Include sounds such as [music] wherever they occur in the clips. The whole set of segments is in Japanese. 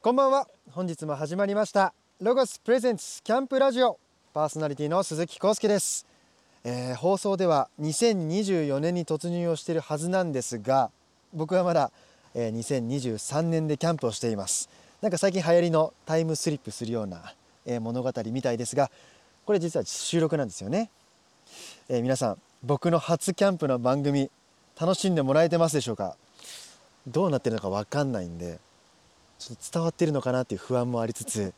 こんばんは本日も始まりましたロゴスプレゼンツキャンプラジオパーソナリティの鈴木康介です、えー放送では2024年に突入をしているはずなんですが僕はまだ、えー2023年でキャンプをしていますなんか最近流行りのタイムスリップするような、えー物語みたいですがこれ実は収録なんですよね、えー皆さん僕の初キャンプの番組楽しんでもらえてますでしょうかどうなってるのかわかんないんでちょっと伝わってるのかなっていう不安もありつつ、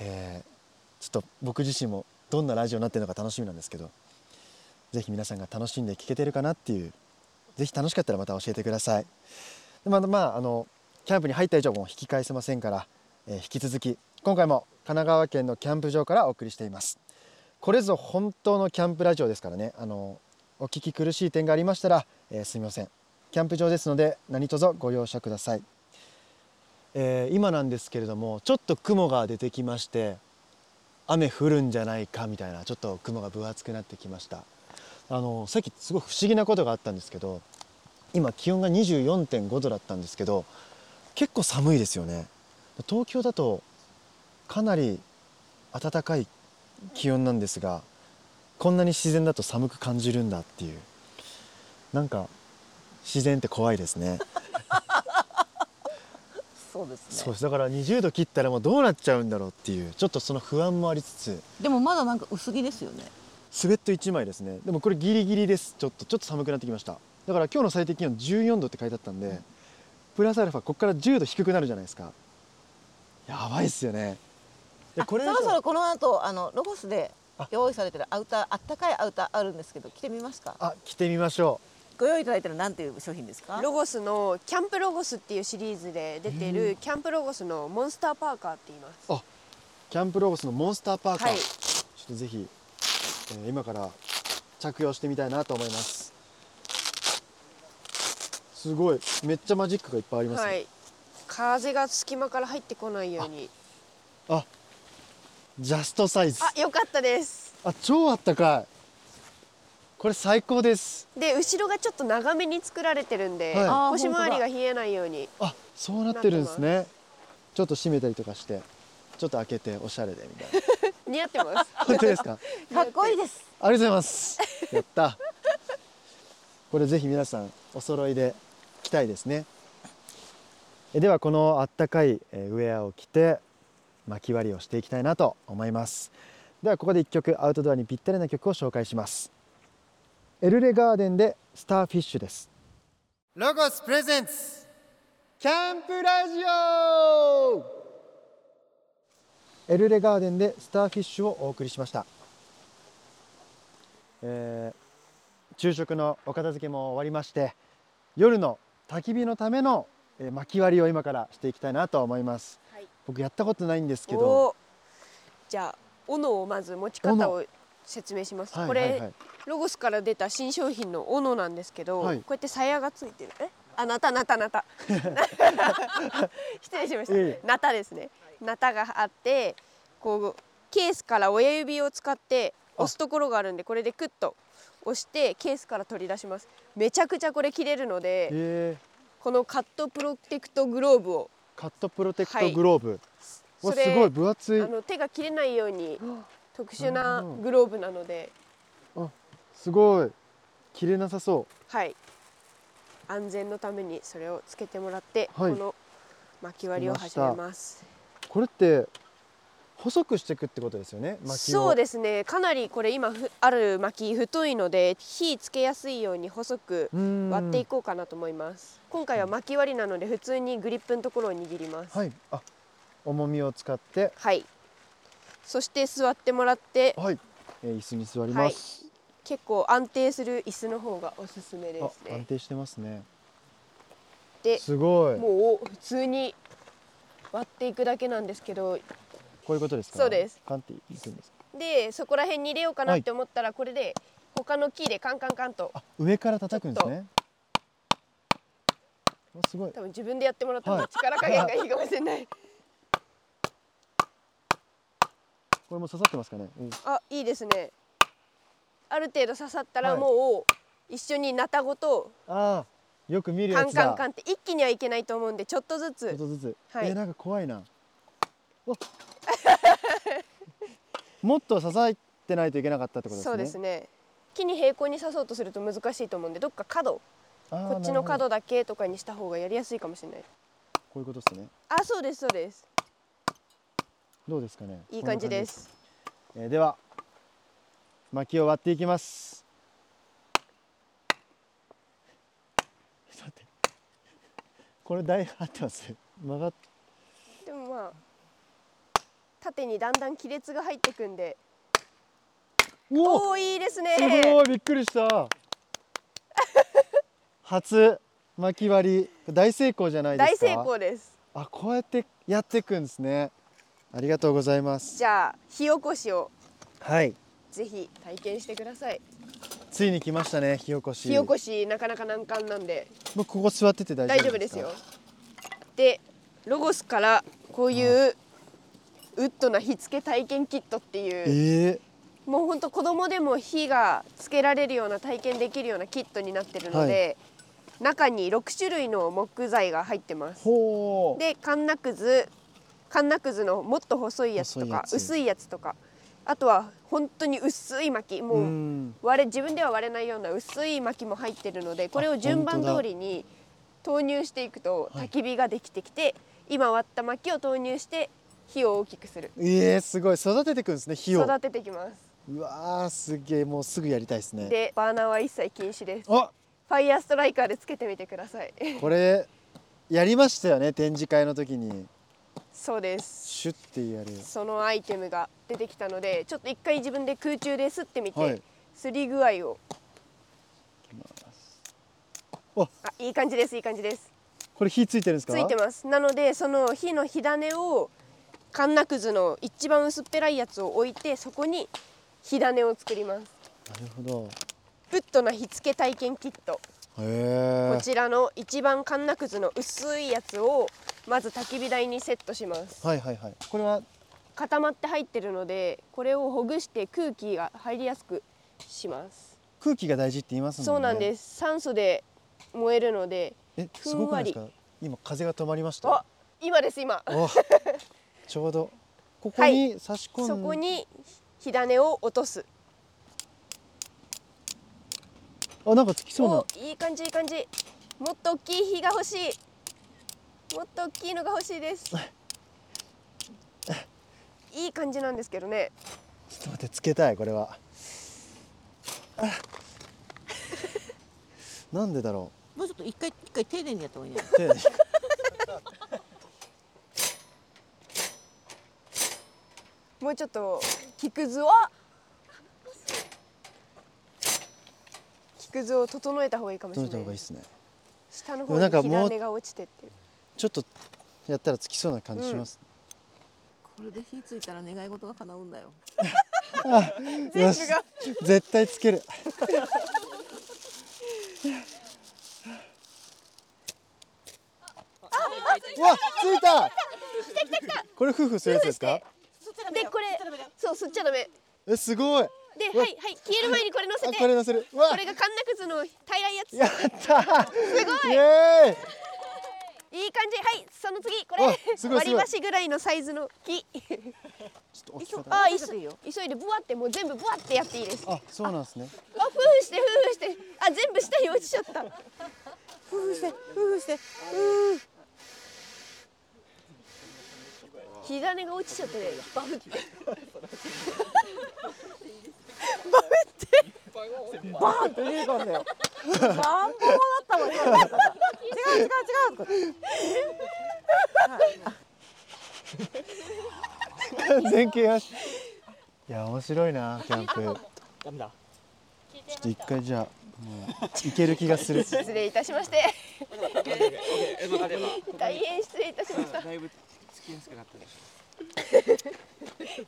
えーちょっと僕自身もどんなラジオになってるのか楽しみなんですけどぜひ皆さんが楽しんで聴けてるかなっていうぜひ楽しかったらまた教えてくださいでまたまああのキャンプに入った以上もう引き返せませんから、えー引き続き今回も神奈川県のキャンプ場からお送りしていますこれぞ本当のキャンプラジオですからねあのお聞き苦しい点がありましたら、えーすみませんキャンプ場ですので何卒ご容赦くださいえー今なんですけれどもちょっと雲が出てきまして雨降るんじゃないかみたいなちょっと雲が分厚くなってきましたあのさっきすごい不思議なことがあったんですけど今気温が24.5度だったんですけど結構寒いですよね東京だとかなり暖かい気温なんですがこんなに自然だと寒く感じるんだっていうなんか自然って怖いですねそうですねそうですだから20度切ったらもうどうなっちゃうんだろうっていうちょっとその不安もありつつでもまだなんか薄着ですよねスウェット1枚ですねでもこれギリギリですちょっとちょっと寒くなってきましただから今日の最低気温14度って書いてあったんでプラスアルファここから10度低くなるじゃないですかやばいっすよねでこれそろそろこの後あのロゴスで用意されてるアウターあったかいアウターあるんですけど着てみますかあ着てみましょご用意いただいてるなんていう商品ですかロゴスのキャンプロゴスっていうシリーズで出てるキャンプロゴスのモンスターパーカーって言います。うあキャンプロゴスのモンスターパーカー、はいちょっとぜひ、えー今から着用してみたいなと思いますすごいめっちゃマジックがいっぱいありますね、はい。風が隙間から入ってこないように。あジャストサイズあ、よかったです。あ超あったかいこれ最高ですで、後ろがちょっと長めに作られてるんで、はいあー腰回りが本冷えないように。あそうなってるんですねちょっと閉めたりとかしてちょっと開けておしゃれでみたい [laughs] な似合ってます。本当ですかかっこいいですありがとうございますやったこれぜひ皆さんお揃いで着たいですねえではこのあったかいえーウェアを着て巻き割りをしていきたいなと思いますではここで一曲アウトドアにぴったりな曲を紹介しますエルレガーデンでスターフィッシュですロゴスプレゼンツキャンプラジオエルレガーデンでスターフィッシュをお送りしましたえー昼食のお片付けも終わりまして夜の焚き火のための、えー薪割りを今からしていきたいなと思います、はい僕やったことないんですけど、おー。じゃあ、斧をまず持ち方を説明します。はいこはれ、いはい、ロゴスから出た新商品の斧なんですけど、はいこうやって鞘がついてる。え、あ、なたなた [laughs] なた。失礼しました。えナタですね。ナタがあって、こうケースから親指を使って押すところがあるんで、これでクッと押してケースから取り出します。めちゃくちゃこれ切れるので、えこのカットプロテクトグローブをーカットプロテクはトいグローブ、わそれすごい分厚いあの手が切れないように特殊ななるほどグローブなので、すごい切れなさそはい。安全のためにそれをつけてもらって、はいこの巻き割りを始めます。うこれって細くしていくってことですよね薪をそうですねかなりこれ今ふある薪太いので火つけやすいように細くうーん割っていこうかなと思います今回は薪割りなので普通にグリップのところを握りますはいあ重みを使ってはいそして座ってもらってはい、えー椅子に座ります、結構安定する椅子の方がおすすめですあ安ね定してますねですごいもう普通に割っていくだけなんですけどこういうことですかそうですカンっていくんですかでそこら辺に入れようかなはいって思ったらこれで他の木でカンカンカンとあ上から叩くんですねあすごい多分自分でやってもらった方はがい力加減がいいかもし [laughs] れないこれも刺さってますかね、うんあいいですねある程度刺さったらはいもう一緒にナタごとあよく見るカやンつカだンカンって一気にはいけないと思うんでちょっとずちょっつとずつ、はいえーなんか怖い [laughs] なおもっと支えてないといけなかったってことですねそうですね木に平行に刺そうとすると難しいと思うんでどっか角あーこっちなるのほど角だけとかにした方がやりやすいかもしれないこういうことですねあそうですそうですどうですかねいい感じで、すこんな感じえーでは薪を割っていきますちょっと待ってこれ台合ってます曲がっでもまあ縦にだんだん亀裂が入ってくんでうおおおいいですねすごいびっくりした初薪割り大成功じゃないです大か成功ですあこうやってやっていくんですねありがとうございますじゃあ火起こしをはいぜひ体験してくださいついに来ましたね火起こし火起こしなかなか難関なんで僕ここ座ってて大大丈夫丈夫でですすかよでロゴスからこういうウッドな火付け体験キットっていうえもうほんと子供でも火がつけられるような体験できるようなキットになってるので、中に6種類の木材が入ってまー、す。ほうでカンナクズカンナクズのもっと細いやつと細いやかつ薄いやつとかあとは本当に薄い薪もううん割れ自分では割れないような薄い薪も入ってるのでこれを順本番当だ通りに投入していくとはい焚き火ができてきて、今割った薪を投入して火を大きくするえー、すごい育てていくんですね火を育ててきます。うわーすげえもうすぐやりたいですねでバーナーは一切禁止ですフあァイヤーストライカーでつけてみてください [laughs] これやりましたよね展示会の時にそうですシュッてやるそのアイテムが出てきたのでちょっと一回自分で空中で吸ってみて、はいすり具合をおあいい感じですいい感じですこれ火ついてるんですかついてますなのでその火の火種をカンナくずの一番薄っぺらいやつを置いてそこに火種を作りますなるほどフットな火付け体験キットへこえちらの一番カンナくずの薄いやつをまず焚き火台にセットしますはいはいはいこれは固まって入ってるのでこれをほぐして空気が入りやすくします、空気が大事って言いますもんねそうなんです酸素で燃えるのでえふんすごくないですか今風が止まりましたあ今です今おちょうどここはに差し込んで、そこに火種を落とすあなんかつきそうなおいい感じいい感じもっと大きい火が欲しいもっと大きいのが欲しいですいい感じなんですけどねちょっと待ってつけたいこれはあなんでだろもうちょっと一回一回丁寧にやった方がいいんじゃないう手もうちょっと木くずは木くずを整えた方がいいかもし止れめたな方がいいいですね下のでもなんか方に火もう種が落ちてっていうちょっとやったらつきそうな感じします、これで火ついたら願い事が叶うんだよよし絶対つけるうわついたこれ夫婦するやつですかでこれそう吸っちゃダメえすごいではいはい消える前にこれ乗せあてこれこれ乗せるうわがカンナクズの平らいやつやったーすごいイエいい感じはいその次こあれすごいすごい割り箸ぐらいのサイズの木ーいちょっとああいちょっといいよ急いでブワってもう全部ブワってやっていいですああそうなんですねふふしてふふしてあ全部下に落ちちゃった夫婦して夫婦して火種が落ちちゃってねバフってバーンって出てたんだよなんぼだったもん今のやり方違う違う違うとか完全形よしいや面白いなキャンプちょダメだ。っと一回じゃあもういける気がす [laughs] る失礼いたしましてえ、わかれば。大変失礼いたしましただいぶつきやすくなったでし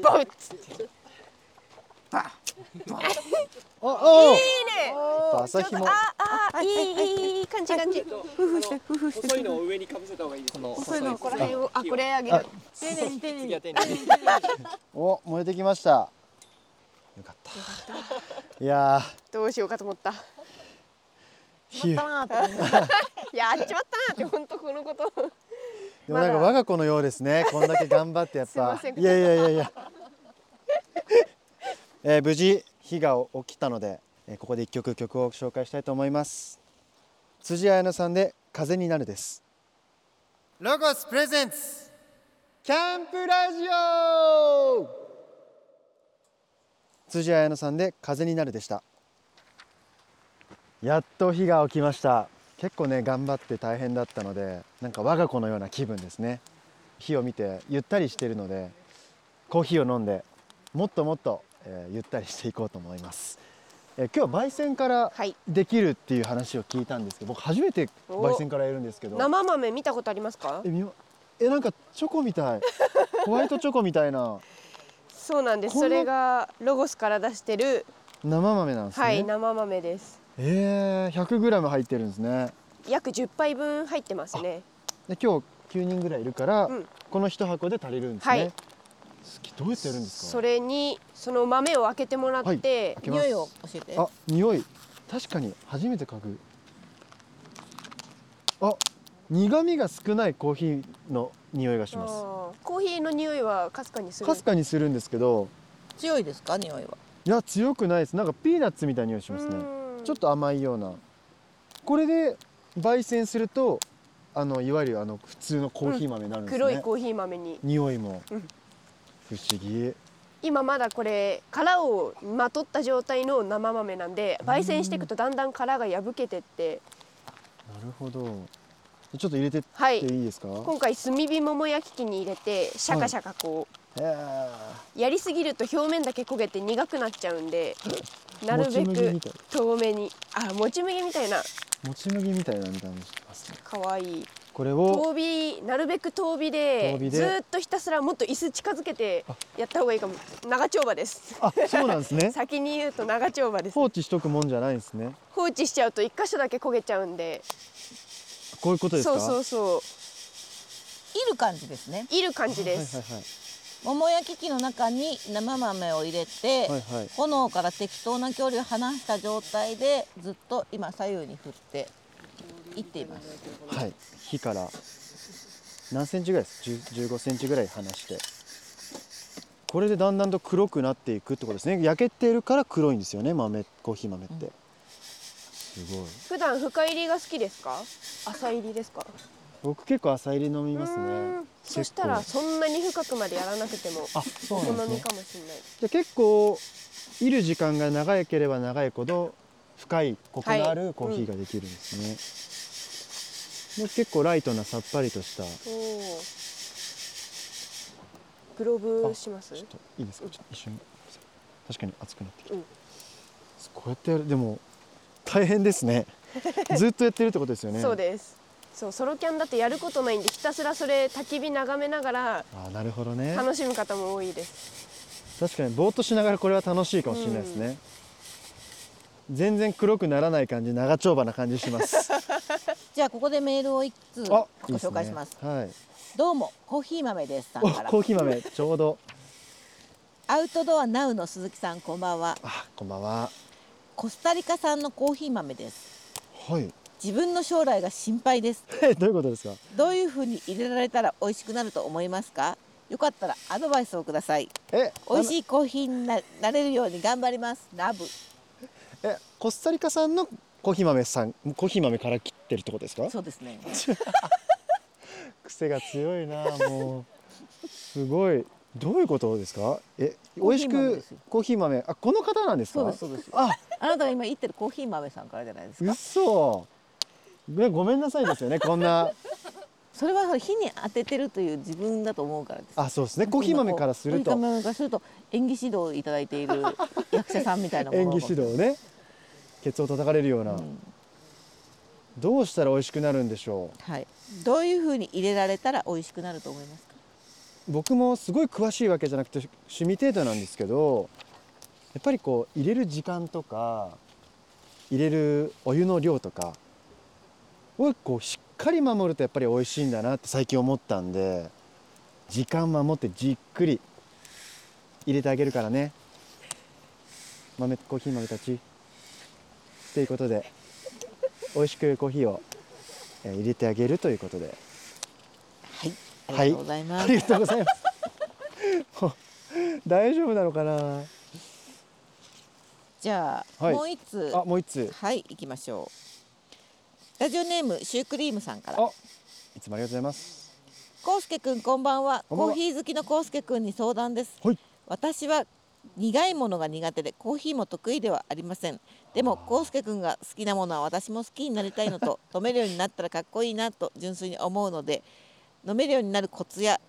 バフッつってあおいいね朝日もああいいいい感じ感じこ夫婦して夫婦ょ。細いのを上にかぶせた方がいいです。この細いのこら辺をあこれあげる丁寧に丁寧次には手に。お燃えてきましたよかったいやどうしようかと思ったー決まったなと思ってい [laughs] やあっちまったなって本当このことでもなんかまだ我が子のようですね。こんだけ頑張ってやっ [laughs] すいぱませ。んいやいやいやいや。 [laughs] えー無事火が起きたので、えーここで一曲曲を紹介したいと思います。辻彩乃さんで風になるです。ロゴスプレゼンツキャンプラジオ。辻彩乃さんで風になるでした。やっと火が起きました。結構ね頑張って大変だったので、なんか我が子のような気分ですね。火を見てゆったりしているのでコーヒーを飲んでもっともっと、えーゆったりしていこうと思います、えー今日は焙煎からはいできるっていう話を聞いたんですけど僕初めて焙煎からやるんですけど [laughs] 生豆見たことありますかえみよえなんかチョコみたいホワイトチョコみたいなそうなんですこのそれがロゴスから出してる生豆なんですね、はい生豆ですえー、100g 入ってるんですね約10杯分入ってますねで今日9人ぐらいいるから、うんこの一箱で足りるんですね、はいすげえどうやってやるんですかそれにその豆を開けてもらっはいて、開けます匂いを教えてあ、匂い。確かに初めて嗅ぐ。あ、苦味が少ないコーヒーの匂いがしあまーコーヒーの匂いはかすかにすす。るかすかにするんですけど、強いですか匂いはいや強くないです。なんかピーナッツみたいな匂いしますね。うんちょっと甘いような。これで焙煎すると、あのいわゆるあの普通のコーヒー豆になるんですね。黒いコーヒー豆に匂いも、うん不思議。今まだこれ殻をまとった状態の生豆なんで焙煎していくとだんだん殻が破けてってなるほど。ちょっと入れてってはいいいですか？今回炭火桃焼き器に入れてシャカシャカこへーうやりすぎると表面だけ焦げて苦くなっちゃう [laughs] んでなるべもち麦みくたい遠めにあもち麦みたいなもち麦みたいな見た目してますね。可愛いこれを遠火なるべく遠火遠で火でずーっとひたすらもっと椅子近づけてやった方がいいかも長丁場です。あ、そうなんですね [laughs] 先に言うと長丁場です放置しとくもんじゃないんですね。放置しちゃうと一箇所だけ焦げちゃうんでこういうことですか。そうそうそういる感じですねいる感じではす。いはい桃焼き器の中に生豆を入れて、はいはい炎から適当な距離を離した状態でずっと今左右に振っていっていますはい。はい。火から何センチぐらいです？十五センチぐらい離して。これでだんだんと黒くなっていくってことですね。焼けてるから黒いんですよね。豆、コーヒー豆って。すごい。普段深入りが好きですか？浅入りですか？僕結構浅入り飲みますうーねん。そしたら結そんなに深くまでやらなくても構あ、そおうな好んですみね。かもしれない。じゃあ結構いる時間が長ければ長いほど深いコクのあはるいコーヒーができるんですね。で結構ライトなさっぱりとした。おお。グローブしますちょ？っといいですか、ちょっと一緒に確かに熱くなってきた、うんこうやってやるでも大変ですねずっとやってるってことですよね [laughs] そうです。そうソロキャンだとやることないんでひたすらそれ焚き火眺めながらあーなるほどね楽しむ方も多いです。確かにぼーっとしながらこれは楽しいかもしれないですね、全然黒くならない感じ長丁場な感じします [laughs] あじゃあここでメールを一通いごいですね紹介しますはいどうもコーヒー豆ですさんおからコーヒー豆ちょうどアウトドアナウの鈴木さんこんばんはあこんばんはコスタリカ産のコーヒー豆ですはい自分の将来が心配ですどういうことですかどういう風に入れられたら美味しくなると思いますかよかったらアドバイスをくださいえ美味いしいコーヒーにななれるように頑張りますラブえコスタリカ産のコーヒー豆さんコーヒー豆から切ってるってことですかそうですね癖が強いなもうすごいどういうことですかえ美コー味ヒしー豆くですよコーヒー豆あこの方なんですかそうですそうですああなたが今言ってるコーヒー豆さんからじゃないですか嘘ねごめんなさいですよねこんなそれはほら火に当ててるという自分だと思うからですあそうですねコーヒー豆からするとコーヒー豆からすると演技指導をいただいている [laughs] 役者さんみたいなもの演技指導をねケツを叩かれるような、んどうしたら美味しくなるんでしょうはいどういうふうに入れられたら美味しくなると思いますか僕もすごい詳しいわけじゃなくて趣味程度なんですけどやっぱりこう入れる時間とか入れるお湯の量とかをこうしっかり守るとやっぱり美味しいんだなって最近思ったんで時間守ってじっくり入れてあげるからね豆コーヒー豆たちということで美味しくコーヒーをえー入れてあげるということではい、ありがとうございまあす。りがとうございますもう大丈夫なのかなじゃあ、はいもう一通あもう一つはい、行きましょう。ラジオネームシュークリームさんから。あいつもありがとうございますコウスケくんこんばんは。こんばんコはーヒー好きのコウスケくんに相談です。はい私は苦いものが苦手でコーヒーも得意ではありませんでもコウスケくんが好きなものは私も好きになりたいの [laughs] と飲めるようになったらかっこいいなと純粋に思うので飲めるようになるコツや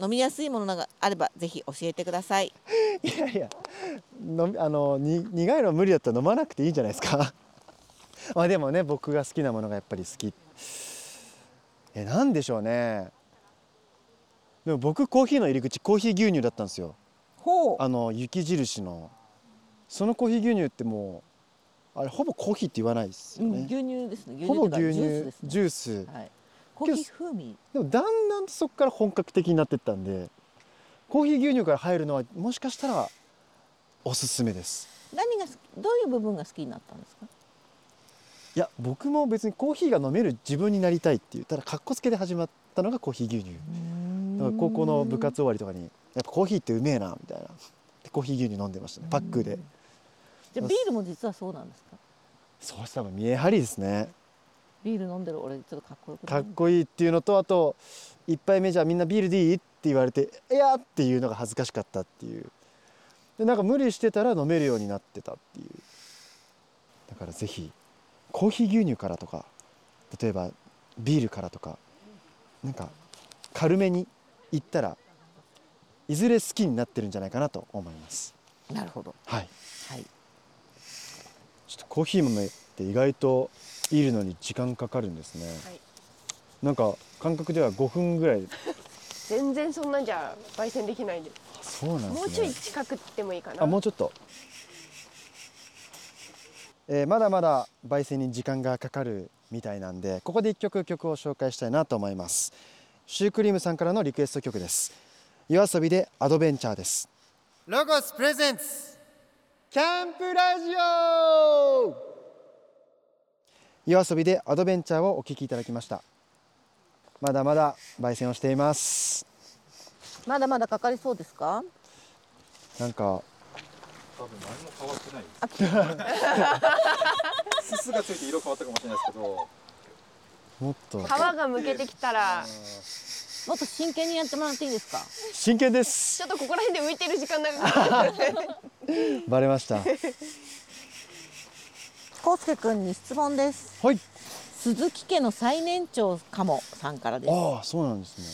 飲みやすいものがあればぜひ教えてくださいいやいや飲みあのに苦いの無理だったら飲まなくていいんじゃないですか [laughs] まあでもね僕が好きなものがやっぱり好きえなんでしょうねでも僕コーヒーの入り口コーヒー牛乳だったんですよほあの雪印のそのコーヒー牛乳ってもうあれほぼコーヒーって言わないですようん、ね、牛乳ですね牛ほぼ乳と牛かジュ乳ジーュースでスすねはい、コーヒー風味でもだんだんとそこから本格的になってったんでコーヒー牛乳から入るのはもしかしたらおすすめです何が好きどういう部分が好きになったんですかいや僕も別にコーヒーが飲める自分になりたいっていうただかっこつけで始まったのがコーヒー牛乳だから高校の部活終わりとかにやっぱコーヒーってうめえなみたいなでコーヒー牛乳飲んでましたねパックでじゃあビールも実はそうなんですかそうしたら見え張りですねビール飲んでる俺ちょっとかっこよくなかいっこいいっていうのとあと一杯目じゃあみんなビールでいいって言われていやーっていうのが恥ずかしかったっていうでなんか無理してたら飲めるようになってたっていうだからぜひコーヒー牛乳からとか例えばビールからとかなんか軽めに行ったらいずれ好きになってるんじゃないかなと思いますなるほどはいはいちょっとコーヒー豆って意外といるのに時間かかるんですね、いなんか感覚では5分ぐらい全然そんなんじゃ焙煎できないんでそうなんですね。もうちょい近くでもいいかなあもうちょっと。えーまだまだ焙煎に時間がかかるみたいなんでここで一曲曲を紹介したいなと思いますシュークリームさんからのリクエスト曲です夜遊びでアドベンチャーですロゴスプレゼンツキャンプラジオ夜遊びでアドベンチャーをお聞きいただきましたまだまだ焙煎をしていますまだまだかかりそうですかなんか多分何も変わってないあです。すすがついて色変わったかもしれないですけど、もっと皮がむけてきたらもっと真剣にやってもらっていいですか真剣ですちょっとここら辺で浮いてる時間長くなっちゃってバレました。コウスケくんに質問ですはい。鈴木家の最年長かもさんからですああ、そうなんですね。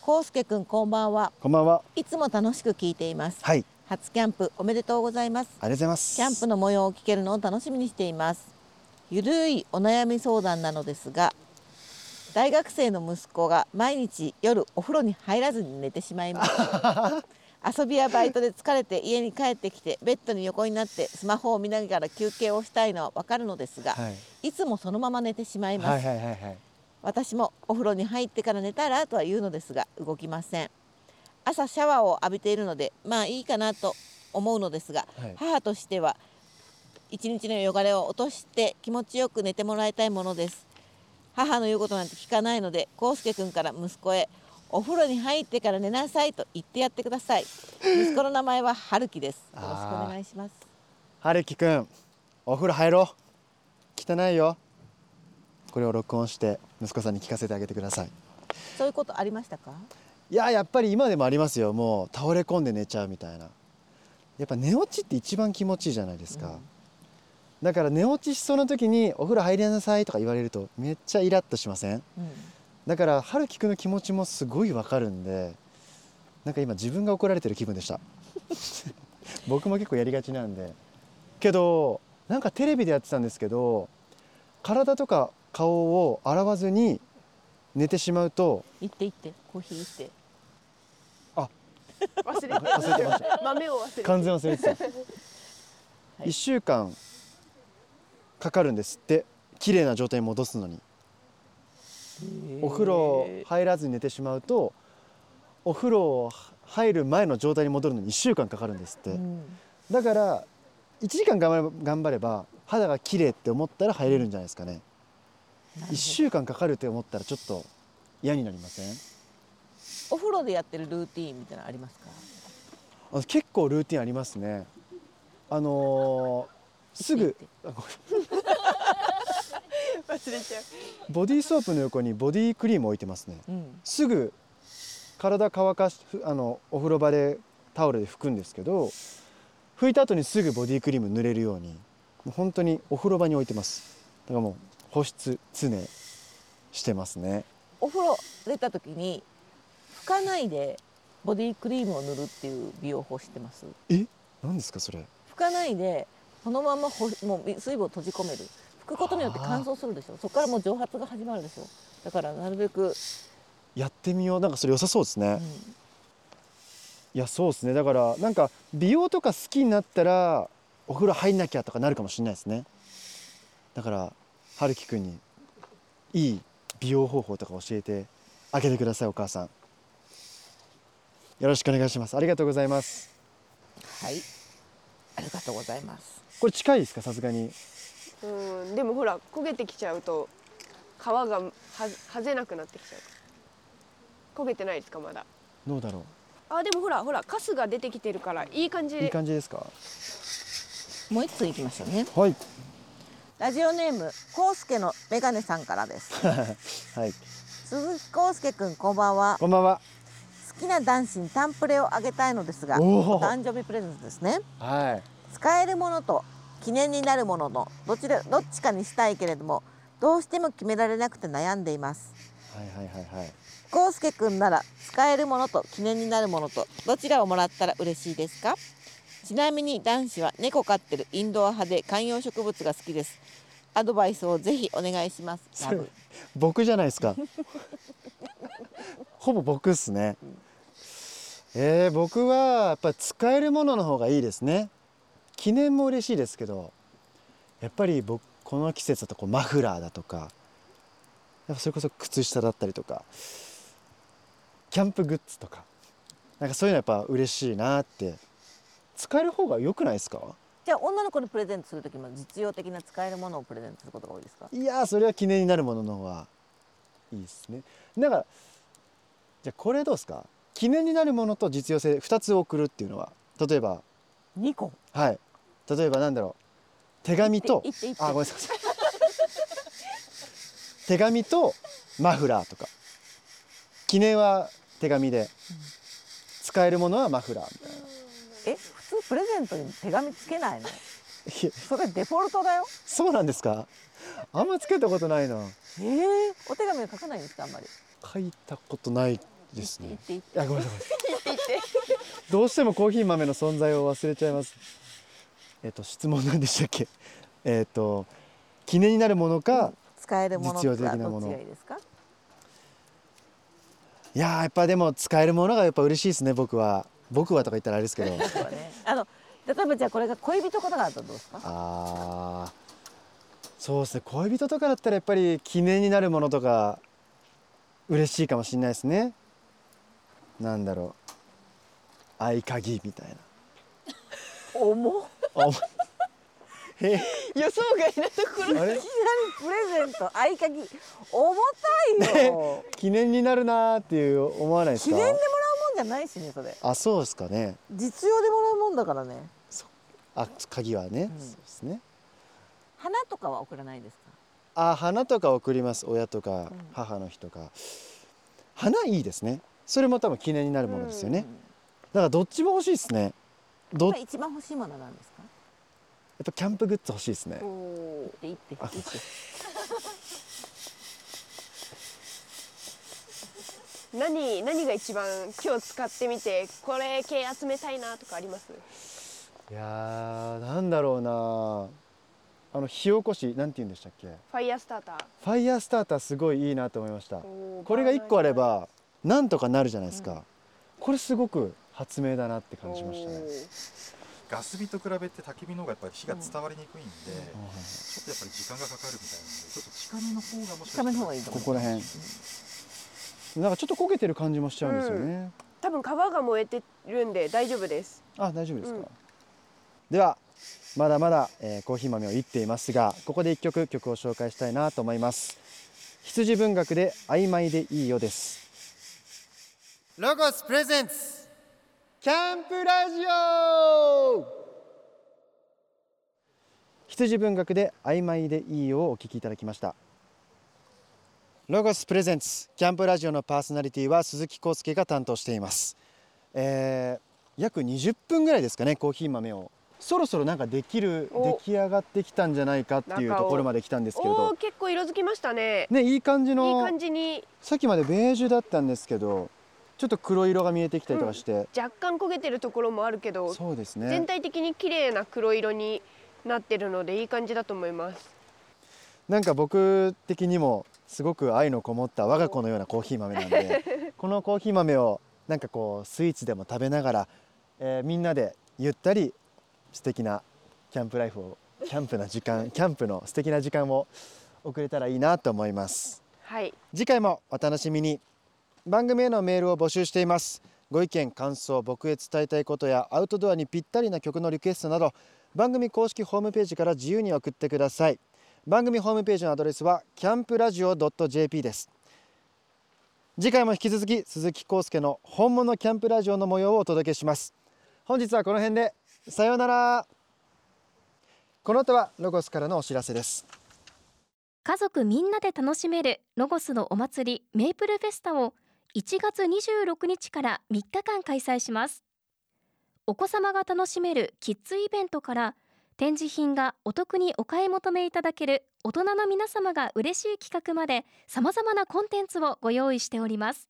コウスケくんこんばんはこんばんは。いつも楽しく聞いていますはい。あり初キャンプおめでとうございますがとうございます。キャンプの模様を聞けるのを楽しみにしていますゆるいお悩み相談なのですが大学生の息子が毎日夜お風呂に入らずに寝てし [laughs] まいます遊びやバイトで疲れて家に帰ってきてベッドに横になってスマホを見ながら休憩をしたいのはわかるのですが、、はいつもそのまま寝てしまいます、はいはいはいはい。私もお風呂に入ってから寝たらとは言うのですが動きません朝シャワーを浴びているのでまあいいかなと思うのですが、はい母としては一日の汚れを落として気持ちよく寝てもらいたいものです母の言うことなんて聞かないので康介くんから息子へお風呂に入ってから寝なさいと言ってやってください息子の名前は春樹ですよろしくお願いしますはるきくん、お風呂入ろう。汚いよ。これを録音して息子さんに聞かせてあげてください。そういうことありましたかいややっぱり今でもありますよ。もう倒れ込んで寝ちゃうみたいな。やっぱ寝落ちって一番気持ちいいじゃないですか。だから寝落ちしそうな時にお風呂入りなさいとか言われるとめっちゃイラッとしません？うん、だから春樹くんの気持ちもすごいわかるんでなんか今自分が怒られてる気分でした [laughs] 僕も結構やりがちなんでけどなんかテレビでやってたんですけど体とか顔を洗わずに寝てしまうと言って言ってコーヒー言って忘れて忘れてま [laughs] した豆を忘れて完全忘れてた、1週間かかるんですって綺麗な状態に戻すのにお風呂入らずに寝てしまうとお風呂入る前の状態に戻るのに1週間かかるんですって、だから1時間頑張れば頑張れば肌が綺麗って思ったら入れるんじゃないですかね1週間かかるって思ったらちょっと嫌になりませんお風呂でやってるルーティーンみたいなのありますかあ結構ルーティンありますねあのーすぐあごめん忘れちゃうボディーソープの横にボディークリーム置いてますねうんすぐ体乾かしふあのお風呂場でタオルで拭くんですけど拭いた後にすぐボディクリーム塗れるようにもう本当にお風呂場に置いてますだからもう保湿常してますねお風呂出た時に拭かないでボディクリームを塗るっていう美容法知ってますえ何ですかそれ拭かないでそのままほもう水分を閉じ込める拭くことによって乾燥するでしょそこからもう蒸発が始まるでしょだからなるべく、やってみようなんかそれ良さそうですね、うんいやそうですねだからなんか美容とか好きになったらお風呂入んなきゃとかなるかもしれないですねだから春樹くんにいい美容方法とか教えてあげてくださいお母さんよろしくお願いしますありがとうございますはいありがとうございますこれ近いですかさすがにうんでもほら焦げてきちゃうと皮がははぜなくなってきちゃうから焦げてないですかまだどうだろあでもほらほらカスが出てきてるからいい感じういいで感じですかもう一ついきましょうねはい [laughs] ラジオネームコウスケのメガネさんから [laughs] ですはい鈴木コウスケくんこんばんはこんばんは好きな男子にタンプレをあげたいのですがおおー誕生日プレゼントですねはい使えるものと記念になるもののどちらどっちかにしたいけれどもどうしても決められなくて悩んでいますはいはいはいはいコウスケくんなら使えるものと記念になるものとどちらをもらったら嬉しいですかちなみに男子は猫飼ってるインドア派で観葉植物が好きですアドバイスをぜひお願いしますラブ僕じゃないです [laughs] かほぼ僕っすねえー、僕はやっぱり使えるものの方がいいですね記念も嬉しいですけどやっぱり僕この季節だとこうマフラーだとかやっぱそれこそ靴下だったりとかキャンプグッズとかなんかそういうのやっぱ嬉しいなって使える方が良くないですかじゃあ女の子にプレゼントする時も実用的な使えるものをプレゼントすることが多いですかいやーそれは記念になるものの方がいいですねだからじゃあこれどうですか記念になるものと実用性2つ送るっていうのは例えば2個はい例えばなんだろう手紙といっていってあごめんなさい手紙とマフラーとか記念は手紙で使えるものはマフラーみたいなえ普通プレゼントに手紙つけないのいやそれデフォルトだよそうなんですかあんまつけたことないなええお手紙は書かないんですかあんまり書いたことないですねって言っいてやごめんなさいどうしてもコーヒー豆の存在を忘れちゃいますえっ、と質問なんでしたっけえっ、と記念になるものか、使えるものとは実用的なもどっのちがいいですかいやーやっぱでも使えるものがやっぱ嬉しいですね僕は僕はとか言ったらあれです [laughs] けどそうだねあの例えばじゃあこれが恋人とかだったらどうですかあーそうですね恋人とかだったらやっぱり記念になるものとか嬉しいかもしれないですねなんだろう合鍵み [laughs] たいな重っあえ予想外なところあれいきなりプレゼント合鍵重たいよ、記念になるなーっていう思わないです記か念でもらうもんじゃないしねそれあそうですかね実用でもらうもんだからねあ鍵はね、そうですね花とかは送らないですかあ花とか送ります親とか母の日とか、花いいですねそれも多分記念になるものですよね、だからどっちも欲しいですねどこやれっ一番欲しいものなんですかぱキャンプグッズ欲しいですねおーでいっていって何何が一番今日使ってみてこれ系集めたいなとかあります [laughs] いやーなんだろうなあの火起こしなんて言うんでしたっけファイヤースターターファイヤースターターすごいいいなと思いましたおーこれが1個あれバばなんとかなるじゃないですか、これすごく発明だなってー感ナーじにましたねおーガス火と比べて焚き火の方がやっぱり火が伝わりにくいんで、ちょっとやっぱり時間がかかるみたいなのでちょっと近めの方がもしかした近らめの方がいいとこ思うこら辺なんかちょっと焦げてる感じもしちゃうんですよね、多分皮が燃えてるんで大丈夫ですあ大丈夫ですか、うんではまだまだ、えーコーヒー豆をいっていますがここで一曲曲を紹介したいなと思います羊文学で曖昧でいいよですロゴスプレゼンツキャンプラジオ羊文学で曖昧でいいよをお聞きいただきましたロゴスプレゼンツキャンプラジオのパーソナリティは鈴木康介が担当しています、えー、約20分ぐらいですかねコーヒー豆をそろそろなんかできるお出来上がってきたんじゃないかっていう中をところまで来たんですけれおおどー結構色づきましたねねいい感じいいの感じにさっきまでベージュだったんですけどちょっと黒色が見えてきたりとかして、若干焦げてるところもあるけど、そうですね全体的に綺麗な黒色になってるのでいい感じだと思いますなんか僕的にもすごく愛のこもった我が子のようなコーヒー豆なんでこのコーヒー豆をなんかこうスイーツでも食べながら、えーみんなでゆったり素敵なキャンプライフをキャンプな時間キャンプの素敵な時間を送れたらいいなと思いますはい次回もお楽しみに番組へのメールを募集していますご意見感想僕へ伝えたいことやアウトドアにぴったりな曲のリクエストなど番組公式ホームページから自由に送ってください番組ホームページのアドレスはキャンプラジオ .jp です次回も引き続き鈴木康介の本物キャンプラジオの模様をお届けします本日はこの辺でさようならこの後はロゴスからのお知らせです家族みんなで楽しめるロゴスのお祭りメイプルフェスタを1月26日から3日間開催しますお子様が楽しめるキッズイベントから展示品がお得にお買い求めいただける大人の皆様が嬉しい企画まで様々なコンテンツをご用意しております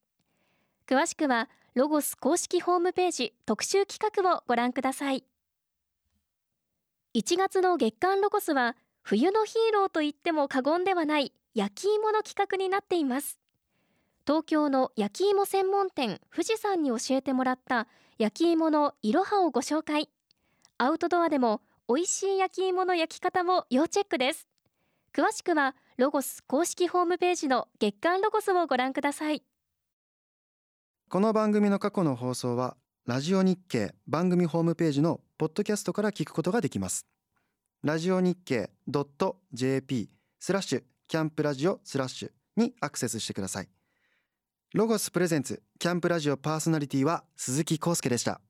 詳しくはロゴス公式ホームページ特集企画をご覧ください1月の月間ロゴスは冬のヒーローと言っても過言ではない焼き芋の企画になっています東京の焼き芋専門店富士山に教えてもらった焼き芋のいろはをご紹介アウトドアでも美味しい焼き芋の焼き方も要チェックです詳しくはロゴス公式ホームページの月刊ロゴスをご覧くださいこの番組の過去の放送はラジオ日経番組ホームページのポッドキャストから聞くことができますラジオ日経 .jp スラッシュキャンプラジオスラッシュにアクセスしてくださいロゴスプレゼンツキャンプラジオパーソナリティは鈴木康介でした